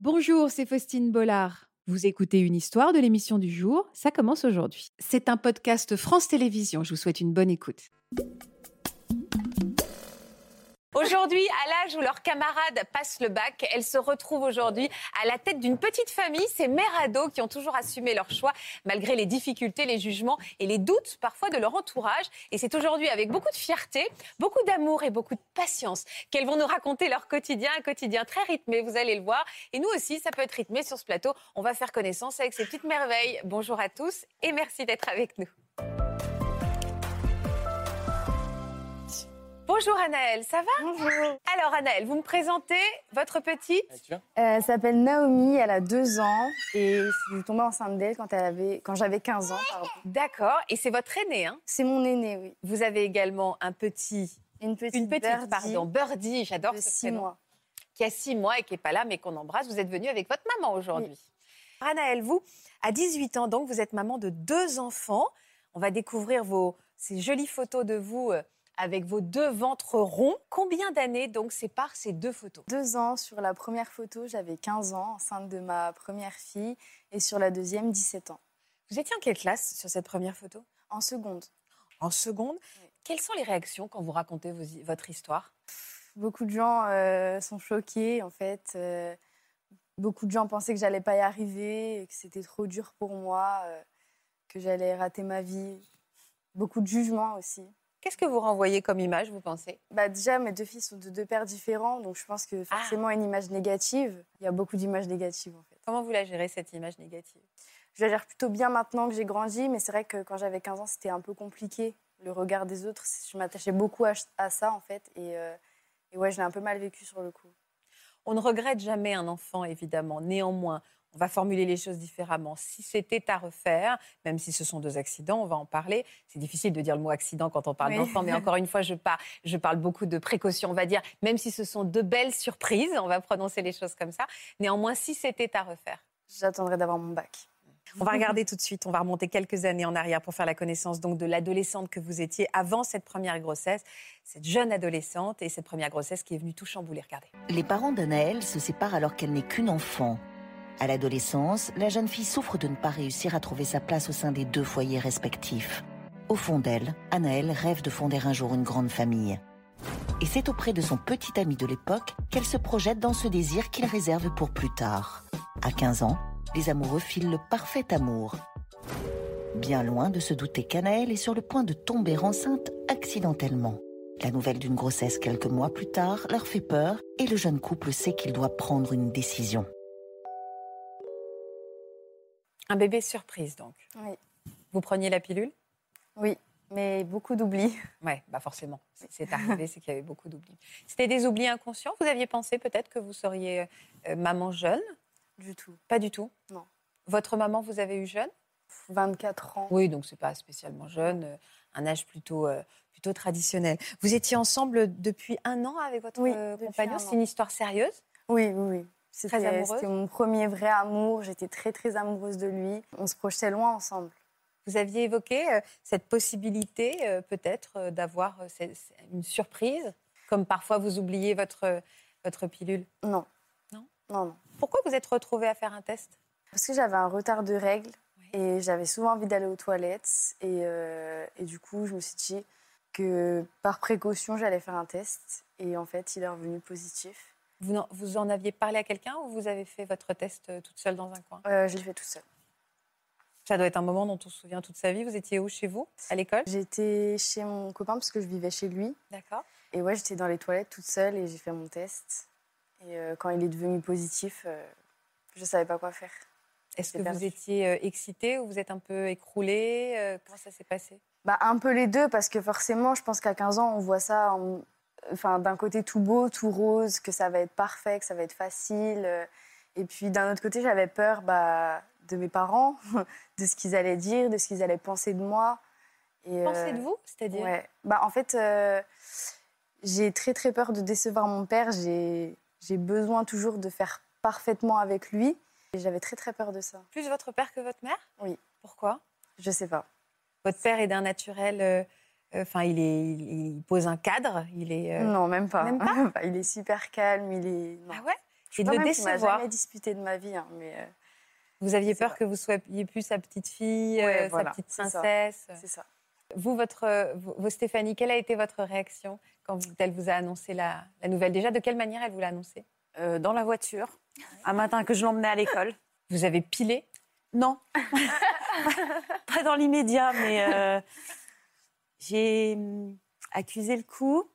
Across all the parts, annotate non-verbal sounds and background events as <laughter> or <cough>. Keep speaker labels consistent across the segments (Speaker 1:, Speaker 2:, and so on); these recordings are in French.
Speaker 1: Bonjour, c'est Faustine Bollard. Vous écoutez une histoire de l'émission du jour, ça commence aujourd'hui. C'est un podcast France Télévisions, je vous souhaite une bonne écoute.
Speaker 2: Aujourd'hui, à l'âge où leurs camarades passent le bac, elles se retrouvent aujourd'hui à la tête d'une petite famille, ces mères ados qui ont toujours assumé leur choix malgré les difficultés, les jugements et les doutes parfois de leur entourage. Et c'est aujourd'hui avec beaucoup de fierté, beaucoup d'amour et beaucoup de patience qu'elles vont nous raconter leur quotidien, un quotidien très rythmé, vous allez le voir. Et nous aussi, ça peut être rythmé sur ce plateau. On va faire connaissance avec ces petites merveilles. Bonjour à tous et merci d'être avec nous. Bonjour Anaëlle, ça va
Speaker 3: Bonjour.
Speaker 2: Alors Anaëlle, vous me présentez votre petite
Speaker 3: Euh, elle s'appelle Naomi, elle a deux ans et je suis tombée enceinte d'elle quand, elle avait... quand j'avais 15 ans. pardon.
Speaker 2: D'accord, et c'est votre aîné. Hein
Speaker 3: C'est mon aînée, oui.
Speaker 2: vous avez également un petit,
Speaker 3: Une petite,
Speaker 2: une petite,
Speaker 3: birdie
Speaker 2: pardon, Birdie, j'adore
Speaker 3: de
Speaker 2: ce
Speaker 3: 6
Speaker 2: prénom,
Speaker 3: mois.
Speaker 2: qui a six mois et qui n'est pas là, mais qu'on embrasse. Vous êtes venu avec votre maman aujourd'hui. Anaëlle, vous, à 18 ans, donc, vous êtes maman de deux enfants. On va découvrir vos, ces jolies photos de vous euh, avec vos deux ventres ronds. Combien d'années, donc, séparent ces deux photos
Speaker 3: Deux ans, sur la première photo, j'avais 15 ans, enceinte de ma première fille et sur la deuxième, 17 ans.
Speaker 2: Vous étiez en quelle classe sur cette première photo
Speaker 3: En seconde,
Speaker 2: En seconde. Quelles sont les réactions quand vous racontez vos hi- votre histoire
Speaker 3: beaucoup de gens euh, sont choqués en fait. Euh, beaucoup de gens pensaient que j'allais pas y arriver, que c'était trop dur pour moi, euh, que j'allais rater ma vie. Beaucoup de jugements aussi.
Speaker 2: Qu'est-ce que vous renvoyez comme image, vous pensez
Speaker 3: Bah déjà, mes deux filles sont de deux pères différents, donc je pense que forcément une image négative. Il y a beaucoup d'images négatives en fait.
Speaker 2: Comment vous la gérez, cette image négative
Speaker 3: Je la gère plutôt bien maintenant que j'ai grandi, mais c'est vrai que quand j'avais 15 ans, c'était un peu compliqué. Le regard des autres, c'est- je m'attachais beaucoup à, ch- à ça en fait, et, euh, et ouais, je l'ai un peu mal vécu sur le coup.
Speaker 2: On ne regrette jamais un enfant, évidemment. Néanmoins, on va formuler les choses différemment. Si c'était à refaire, même si ce sont deux accidents, on va en parler. C'est difficile de dire le mot accident quand on parle
Speaker 3: Oui.
Speaker 2: d'enfant, mais encore une fois, je, par- je parle beaucoup de précautions, on va dire, même si ce sont deux belles surprises, on va prononcer les choses comme ça. Néanmoins, si c'était à refaire.
Speaker 3: J'attendrai d'avoir mon bac.
Speaker 2: On va regarder tout de suite, on va remonter quelques années en arrière pour faire la connaissance donc de l'adolescente que vous étiez avant cette première grossesse, cette jeune adolescente et cette première grossesse qui est venue tout chambouler. Regardez.
Speaker 4: Les parents d'Anaël se séparent alors qu'elle n'est qu'une enfant. À l'adolescence, la jeune fille souffre de ne pas réussir à trouver sa place au sein des deux foyers respectifs. Au fond d'elle, Anaël rêve de fonder un jour une grande famille. Et c'est auprès de son petit ami de l'époque qu'elle se projette dans ce désir qu'il réserve pour plus tard. À 15 ans, les amoureux filent le parfait amour. Bien loin de se douter qu'Anaël est sur le point de tomber enceinte accidentellement. La nouvelle d'une grossesse quelques mois plus tard leur fait peur et le jeune couple sait qu'il doit prendre une décision.
Speaker 2: Un bébé surprise donc.
Speaker 3: Oui,
Speaker 2: Vous preniez la pilule
Speaker 3: oui, mais beaucoup d'oubli.
Speaker 2: Oui, bah forcément. C'est- C'est arrivé, c'est qu'il y avait beaucoup d'oublis. C'était des oublis inconscients Vous aviez pensé peut-être que vous seriez euh, maman jeune
Speaker 3: Du tout.
Speaker 2: Pas du tout
Speaker 3: Non.
Speaker 2: Votre maman, vous avez eu jeune
Speaker 3: 24 ans.
Speaker 2: Oui, donc c'est pas spécialement jeune, euh, un âge plutôt, euh, plutôt traditionnel. Vous étiez ensemble depuis un an avec votre
Speaker 3: Oui,
Speaker 2: euh,
Speaker 3: depuis
Speaker 2: compagnon
Speaker 3: un
Speaker 2: C'est
Speaker 3: an.
Speaker 2: une histoire sérieuse
Speaker 3: Oui, oui, oui. C'était
Speaker 2: amoureuse
Speaker 3: c'était mon premier vrai amour. J'étais très, très amoureuse de lui. On se projetait loin ensemble.
Speaker 2: Vous aviez évoqué euh, cette possibilité euh, peut-être euh, d'avoir euh, c'est- c'est une surprise, comme parfois vous oubliez votre, euh, votre pilule.
Speaker 3: Non.
Speaker 2: Non
Speaker 3: Non, non.
Speaker 2: Pourquoi vous êtes retrouvée à faire un test
Speaker 3: Parce que j'avais un retard de règles
Speaker 2: Ouais.
Speaker 3: et j'avais souvent envie d'aller aux toilettes. Et, euh, et du coup, je me suis dit que par précaution, j'allais faire un test. Et en fait, il est revenu positif.
Speaker 2: Vous en, vous en aviez parlé à quelqu'un ou vous avez fait votre test euh, toute seule dans un coin
Speaker 3: Euh, je l'ai fait tout seul.
Speaker 2: Ça doit être un moment dont on se souvient toute sa vie. Vous étiez où chez vous À l'école
Speaker 3: J'étais chez mon copain parce que je vivais chez lui.
Speaker 2: D'accord.
Speaker 3: Et ouais, j'étais dans les toilettes toute seule et j'ai fait mon test. Et euh, quand il est devenu positif, euh, je savais pas quoi faire.
Speaker 2: Est-ce
Speaker 3: J'ai
Speaker 2: que vous
Speaker 3: perdu.
Speaker 2: étiez euh, excitée ou vous êtes un peu écroulée Euh, Comment ça s'est passé
Speaker 3: Bah, un peu les deux, parce que forcément, je pense qu'à 15 ans, on voit ça en- enfin, d'un côté tout beau, tout rose, que ça va être parfait, que ça va être facile. euh, Et puis d'un autre côté, j'avais peur bah, de mes parents, <laughs> de ce qu'ils allaient dire, de ce qu'ils allaient penser de moi. Et,
Speaker 2: Pensez de
Speaker 3: euh,
Speaker 2: vous C'est-à-dire
Speaker 3: Ouais. Bah, en fait, euh, j'ai très très peur de décevoir mon père. J'ai j'ai besoin toujours de faire parfaitement avec lui. Et j'avais très très peur de ça.
Speaker 2: Plus votre père que votre mère
Speaker 3: Oui.
Speaker 2: Pourquoi
Speaker 3: Je sais pas.
Speaker 2: Votre père est d'un naturel. euh, euh, Enfin, il, est, il, il pose un cadre. Il est. euh,
Speaker 3: Non, même pas. <laughs>
Speaker 2: Même
Speaker 3: Bah, il est super calme. Il est. non.
Speaker 2: Ah ouais et de
Speaker 3: Quand même, on m'a
Speaker 2: décevoir.
Speaker 3: jamais disputé de ma vie, hein, mais euh,
Speaker 2: Vous aviez
Speaker 3: C'est
Speaker 2: peur
Speaker 3: ça.
Speaker 2: que vous soyez plus sa petite fille,
Speaker 3: Ouais,
Speaker 2: euh,
Speaker 3: voilà,
Speaker 2: sa petite
Speaker 3: c'est ça.
Speaker 2: princesse. euh,
Speaker 3: c'est ça.
Speaker 2: Vous, votre, euh, vous, vous, Stéphanie, quelle a été votre réaction quand vous- elle vous a annoncé la, la nouvelle Déjà, de quelle manière elle vous l'a annoncé
Speaker 5: euh, dans la voiture, un matin que je l'emmenais à l'école.
Speaker 2: <laughs> Vous avez pilé
Speaker 5: Non, <laughs> pas dans l'immédiat, mais euh, j'ai hum, accusé le coup.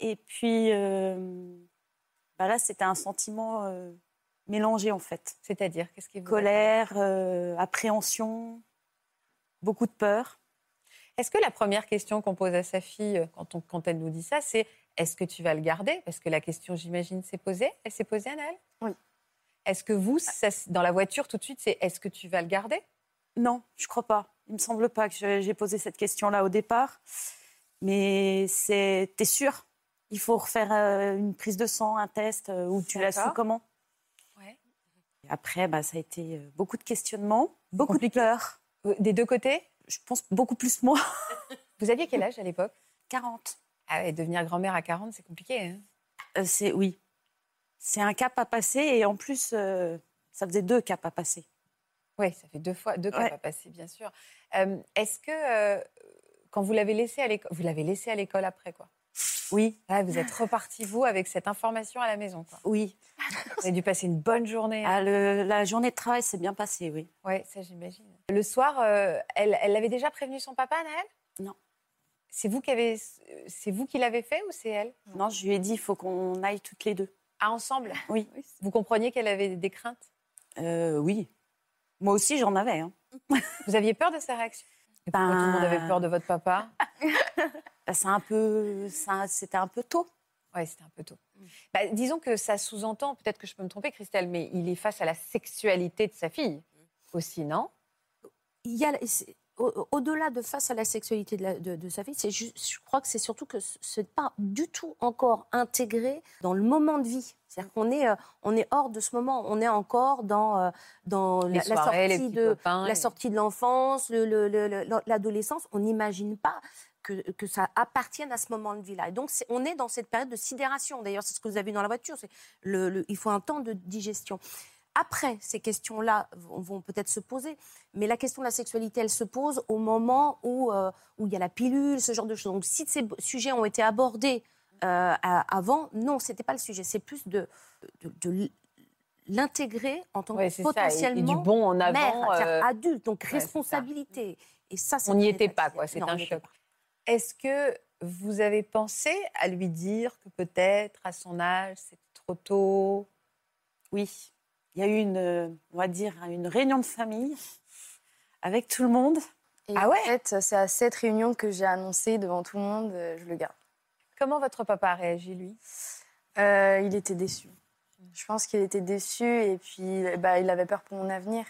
Speaker 5: Et puis, euh, bah là, c'était un sentiment euh, mélangé, en fait.
Speaker 2: C'est-à-dire, qu'est-ce qui vous a-
Speaker 5: Colère, euh, appréhension, beaucoup de peur.
Speaker 2: Est-ce que la première question qu'on pose à sa fille euh, quand, on- quand elle nous dit ça, c'est est-ce que tu vas le garder Parce que la question, j'imagine, s'est posée. Elle s'est posée, Anaëlle
Speaker 3: Oui.
Speaker 2: Est-ce que vous, ça s- dans la voiture, tout de suite, c'est est-ce que tu vas le garder
Speaker 5: Non, je crois pas. Il me semble pas que je- j'ai posé cette question-là au départ. Mais c'est, t'es sûr Il faut refaire euh, une prise de sang, un test, euh, ou tu l'as su
Speaker 2: D'accord.
Speaker 5: comment
Speaker 2: Ouais.
Speaker 5: Et Après, bah, ça a été euh, beaucoup de questionnements, beaucoup
Speaker 2: compliqué.
Speaker 5: de pleurs.
Speaker 2: Euh, Des deux côtés
Speaker 5: Je pense beaucoup plus moi.
Speaker 2: Vous aviez quel âge à l'époque
Speaker 5: 40.
Speaker 2: ah, ouais, Devenir grand-mère à 40, c'est compliqué. hein
Speaker 5: Euh, c'est oui. C'est un cap à passer et en plus, euh, ça faisait deux caps à passer.
Speaker 2: Oui, ça fait deux fois, deux
Speaker 5: Ouais.
Speaker 2: caps à passer, bien sûr. Euh, Est-ce que euh, quand vous l'avez laissé à l'école, vous l'avez laissé à l'école après quoi
Speaker 5: Oui,
Speaker 2: Ah, Vous êtes reparti vous avec cette information à la maison. Quoi.
Speaker 5: oui.
Speaker 2: Vous avez dû passer une bonne journée. hein.
Speaker 5: Ah, le- la journée de travail s'est bien passée, oui.
Speaker 2: Ouais, ça j'imagine. Le soir, euh, elle, elle avait déjà prévenu son papa, Naël
Speaker 5: Non.
Speaker 2: C'est vous qui avez, c'est vous qui l'avez fait ou c'est elle
Speaker 5: Non, je lui ai dit, il faut qu'on aille toutes les deux.
Speaker 2: Ah, ensemble.
Speaker 5: Oui.
Speaker 2: Vous compreniez qu'elle avait des craintes.
Speaker 5: Euh, oui. Moi aussi, j'en avais. hein.
Speaker 2: Vous aviez peur de sa réaction. Et pourquoi
Speaker 5: Ben-
Speaker 2: Tout le monde avait peur de votre papa.
Speaker 5: Bah, c'est un peu, ça- c'était un peu tôt.
Speaker 2: Oui, c'était un peu tôt. Bah, disons que ça sous-entend, peut-être que je peux me tromper, Christelle, mais il est face à la sexualité de sa fille aussi, non
Speaker 6: il y a la- c'est- au- au-delà de face à la sexualité de, la- de- de sa fille, c'est ju- je crois que c'est surtout que ce- ce n'est pas du tout encore intégré dans le moment de vie. C'est-à-dire qu'on est, euh, on est hors de ce moment, on est encore dans, euh, dans la, la sortie de,
Speaker 2: copains.
Speaker 6: la
Speaker 2: et-
Speaker 6: sortie de l'enfance, le- le- le- le- l'adolescence, on n'imagine pas que, que ça appartienne à ce moment de vie-là. Et donc, c'est- on est dans cette période de sidération. D'ailleurs, c'est ce que vous avez vu dans la voiture. c'est le- le- il faut un temps de digestion. Après, ces questions-là vont, vont peut-être se poser, mais la question de la sexualité, elle se pose au moment où, euh, où il y a la pilule, ce genre de choses. Donc, si ces b- sujets ont été abordés euh, à- avant, non, c'était pas le sujet. C'est plus de, de- de l'intégrer en tant
Speaker 2: Ouais,
Speaker 6: que
Speaker 2: c'est ça, et-
Speaker 6: potentiellement
Speaker 2: et, du bon en avant.
Speaker 6: mère, c'est-à-dire
Speaker 2: euh,
Speaker 6: adulte, donc
Speaker 2: c'est ça.
Speaker 6: responsabilité. Et ça, c'est
Speaker 2: on n'y
Speaker 6: très
Speaker 2: était pas,
Speaker 6: facile.
Speaker 2: quoi. C'est
Speaker 6: Non, on
Speaker 2: un
Speaker 6: n'y était
Speaker 2: choc.
Speaker 6: pas.
Speaker 2: Est-ce que vous avez pensé à lui dire que peut-être à son âge, c'est trop tôt
Speaker 5: Oui. Il y a eu une, euh, on va dire, une réunion de famille avec tout le monde.
Speaker 3: Et
Speaker 2: Ah ouais
Speaker 3: En fait, c'est à cette réunion que j'ai annoncé devant tout le monde, euh, je le garde.
Speaker 2: Comment votre papa a réagi, lui
Speaker 3: Euh, il était déçu.
Speaker 2: Mm.
Speaker 3: Je pense qu'il était déçu et puis bah, il avait peur pour mon avenir.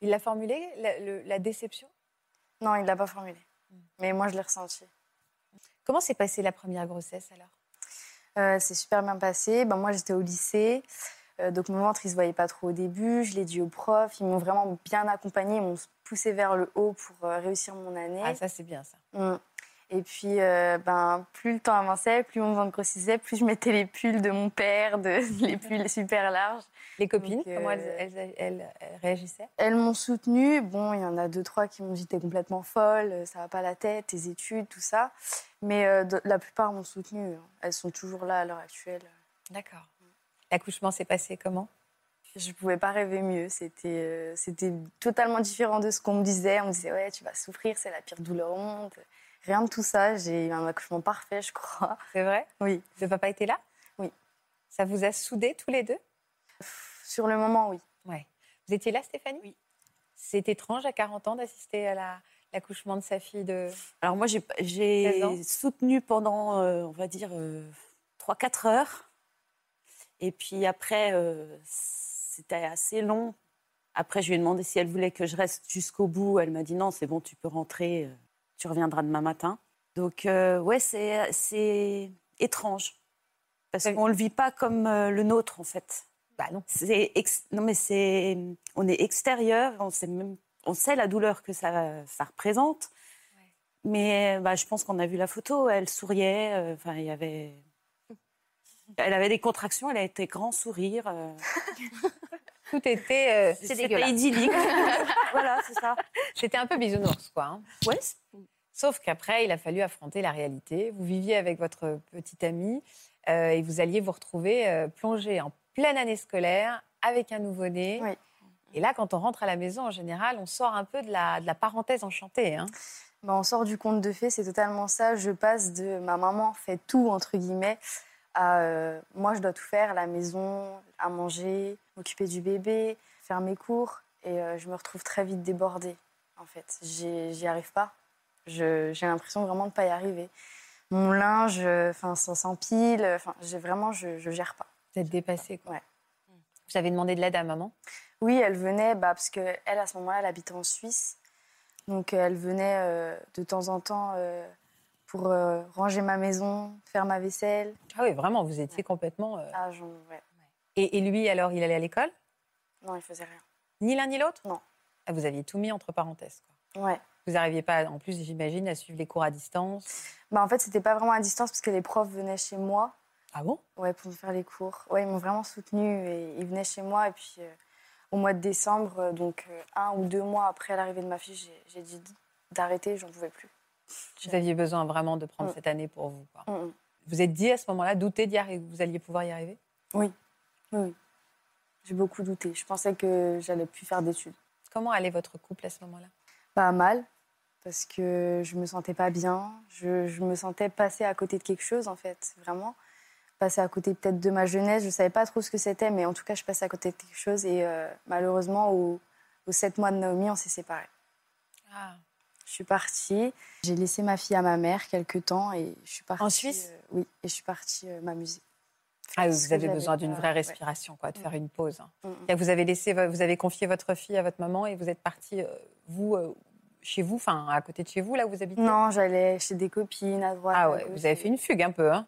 Speaker 2: Il l'a formulé, la, le- la déception
Speaker 3: Non, il l'a pas formulé.
Speaker 2: Mm.
Speaker 3: Mais moi, je l'ai ressenti.
Speaker 2: Comment s'est passée la première grossesse, alors
Speaker 3: Euh, c'est super bien passé. Ben, moi, j'étais au lycée. euh, donc, mon ventre, il se voyait pas trop au début. Je l'ai dit au prof. Ils m'ont vraiment bien accompagnée. Ils m'ont poussé vers le haut pour euh, réussir mon année.
Speaker 2: Ah, ça, c'est bien, ça.
Speaker 3: Mm. Et puis, euh, ben, plus le temps avançait, plus mon ventre grossissait, plus je mettais les pulls de mon père, de, <laughs> les pulls super larges.
Speaker 2: Les copines,
Speaker 3: euh,
Speaker 2: comment elles- elles- elles- elles réagissaient
Speaker 3: Elles m'ont soutenue. Bon, il y en a deux, trois qui m'ont dit T'es complètement folle, euh, ça va pas la tête, tes études, tout ça. Mais euh, de- la plupart m'ont soutenue. hein. Elles sont toujours là à l'heure actuelle.
Speaker 2: D'accord. L'accouchement s'est passé comment
Speaker 3: Je pouvais pas rêver mieux. C'était euh, c'était totalement différent de ce qu'on me disait. On me disait Ouais, tu vas souffrir, c'est la pire douleur au monde. Rien de tout ça. J'ai eu un accouchement parfait, je crois.
Speaker 2: C'est vrai
Speaker 3: Oui.
Speaker 2: Le papa était là
Speaker 3: Oui.
Speaker 2: Ça vous a soudés tous les deux
Speaker 3: Sur le moment, oui.
Speaker 2: Vous étiez là, Stéphanie
Speaker 5: Oui.
Speaker 2: C'est étrange à 40 ans d'assister à la- l'accouchement de sa fille de...
Speaker 5: Alors moi, j'ai-
Speaker 2: 16 ans.
Speaker 5: j'ai soutenu pendant, euh, on va dire, 3-4 heures. Et puis après, euh, c'était assez long. Après, je lui ai demandé si elle voulait que je reste jusqu'au bout. Elle m'a dit non, c'est bon, tu peux rentrer, euh, tu reviendras demain matin. Donc euh, ouais, c'est c'est étrange. Parce
Speaker 2: Ça-
Speaker 5: qu'on ne le vit pas comme euh, le nôtre, en fait.
Speaker 2: Bah non.
Speaker 5: C'est ex- Non, mais c'est... On est extérieur, on sait, même... on sait la douleur que ça, ça représente. euh, Mais bah, je pense qu'on a vu la photo, elle souriait, euh, enfin, il y avait... Elle avait des contractions, elle a été grand sourire. euh,
Speaker 2: Tout était. euh,
Speaker 5: C'était
Speaker 6: dégueulasse.
Speaker 5: idyllique. voilà, c'est ça.
Speaker 2: <laughs> C'était un peu bisounours, quoi. hein.
Speaker 5: Ouais, c'est-
Speaker 2: Sauf qu'après, il a fallu affronter la réalité. Vous viviez avec votre petite amie euh, et vous alliez vous retrouver euh, plongé en pleine année scolaire avec un nouveau-né.
Speaker 3: Oui.
Speaker 2: Et là, quand on rentre à la maison, en général, on sort un peu de la, de la parenthèse enchantée. hein.
Speaker 3: Bah, on sort du conte de fées, c'est totalement ça. Je passe de ma maman fait tout, entre guillemets, à euh, moi je dois tout faire, la maison, à manger, m'occuper du bébé, faire mes cours. Et euh, je me retrouve très vite débordée, en fait. J'ai- J'y arrive pas. Je- J'ai l'impression vraiment de pas y arriver. Mon linge, euh, enfin, ça s'empile. euh, Enfin, j'ai vraiment, je, je gère pas.
Speaker 2: Vous êtes dépassé, quoi.
Speaker 3: Ouais.
Speaker 2: Vous avez demandé de l'aide à maman
Speaker 3: Oui, elle venait, bah, parce qu'elle, à ce moment-là, elle habitait en Suisse. Donc, euh, elle venait euh, de temps en temps euh, pour euh, ranger ma maison, faire ma vaisselle.
Speaker 2: Ah oui, vraiment, vous étiez complètement. euh,
Speaker 3: Ah, j'en- ouais.
Speaker 2: Et, et lui, alors, il allait à l'école
Speaker 3: Non, elle faisait rien.
Speaker 2: Ni l'un ni l'autre
Speaker 3: Non.
Speaker 2: Ah, vous aviez tout mis entre parenthèses. quoi.
Speaker 3: Ouais.
Speaker 2: Vous n'arriviez pas, en plus, j'imagine, à suivre les cours à distance.
Speaker 3: Bah, en fait, c'était pas vraiment à distance parce que les profs venaient chez moi
Speaker 2: Ah bon
Speaker 3: ouais, pour me faire les cours. Ouais, ils m'ont vraiment soutenue et ils venaient chez moi. Et puis, euh, au mois de décembre, euh, donc euh, un ou deux mois après l'arrivée de ma fille, j'ai- j'ai dit d'arrêter, j'en pouvais plus.
Speaker 2: Vous aviez besoin vraiment de prendre
Speaker 3: Mm.
Speaker 2: cette année pour vous. quoi.
Speaker 3: Mm, mm.
Speaker 2: Vous êtes dit à ce moment-là, douter d'y arriver, que vous alliez pouvoir y arriver
Speaker 3: J'ai beaucoup douté. Je pensais que j'allais plus faire d'études.
Speaker 2: Comment allait votre couple à ce moment-là
Speaker 3: pas mal parce que je me sentais pas bien. Je, je me sentais passer à côté de quelque chose en fait, vraiment. Passer à côté peut-être de ma jeunesse. Je savais pas trop ce que c'était, mais en tout cas, je passais à côté de quelque chose. Et euh, malheureusement, au- aux sept mois de Naomi, on s'est séparés. Ah, Je suis partie. J'ai laissé ma fille à ma mère quelques temps et je suis partie.
Speaker 2: En Suisse
Speaker 3: euh, Oui, et je suis partie euh, m'amuser.
Speaker 2: Ah oui,
Speaker 3: Parce
Speaker 2: vous
Speaker 3: que
Speaker 2: avez
Speaker 3: j'avais
Speaker 2: besoin d'une
Speaker 3: peur,
Speaker 2: vraie
Speaker 3: ouais.
Speaker 2: respiration, quoi, de
Speaker 3: Mm.
Speaker 2: faire une pause. hein.
Speaker 3: Mm, mm.
Speaker 2: C'est-à-dire que Vous avez laissé, vo- vous avez confié votre fille à votre maman et vous êtes parti vous euh, chez vous, enfin à côté de chez vous, là où vous habitez.
Speaker 3: Non, j'allais chez des copines à droite.
Speaker 2: Ah
Speaker 3: à
Speaker 2: ouais,
Speaker 3: gauche,
Speaker 2: vous avez
Speaker 3: et-
Speaker 2: fait une fugue un peu. Hein.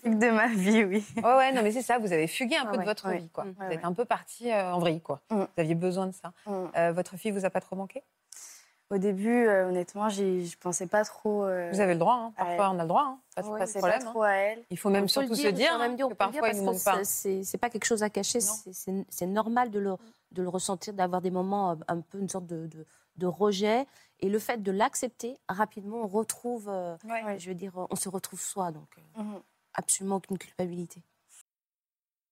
Speaker 3: Truc de ma vie, oui.
Speaker 2: Ouais, ouais, non mais c'est ça, vous avez fugué un
Speaker 3: Ah
Speaker 2: peu de
Speaker 3: ouais,
Speaker 2: votre
Speaker 3: ouais.
Speaker 2: vie, quoi.
Speaker 6: Mm.
Speaker 2: vous
Speaker 3: Ouais,
Speaker 2: êtes
Speaker 3: ouais.
Speaker 2: un peu parti euh, en vrille, quoi.
Speaker 3: Mm.
Speaker 2: Vous aviez besoin de ça.
Speaker 3: Mm.
Speaker 2: Euh, votre fille vous a pas trop manqué
Speaker 3: <laughs> Au début, euh, honnêtement, j'y- je pensais pas trop. euh,
Speaker 2: Vous avez le droit, hein. parfois on a le droit, hein. pas, de-
Speaker 3: Ouais,
Speaker 2: pas de
Speaker 3: c'est
Speaker 2: problème.
Speaker 3: pas
Speaker 2: hein.
Speaker 3: trop à elle.
Speaker 2: Il faut même
Speaker 6: On peut le
Speaker 2: surtout se
Speaker 6: on peut
Speaker 2: dire,
Speaker 6: quand même
Speaker 2: hein,
Speaker 6: on
Speaker 2: que
Speaker 6: peut le dire
Speaker 2: parfois il ne
Speaker 6: parce
Speaker 2: manque
Speaker 6: que
Speaker 2: pas.
Speaker 6: ça, C'est c'est pas quelque chose à cacher,
Speaker 2: Non.
Speaker 6: c'est- c'est c'est normal de le, de le ressentir, d'avoir des moments euh, un peu une sorte de, de- de rejet. Et le fait de l'accepter, rapidement, on retrouve, euh,
Speaker 2: Ouais.
Speaker 6: je veux dire, on se retrouve soi, donc euh,
Speaker 3: Mhm.
Speaker 6: absolument aucune culpabilité.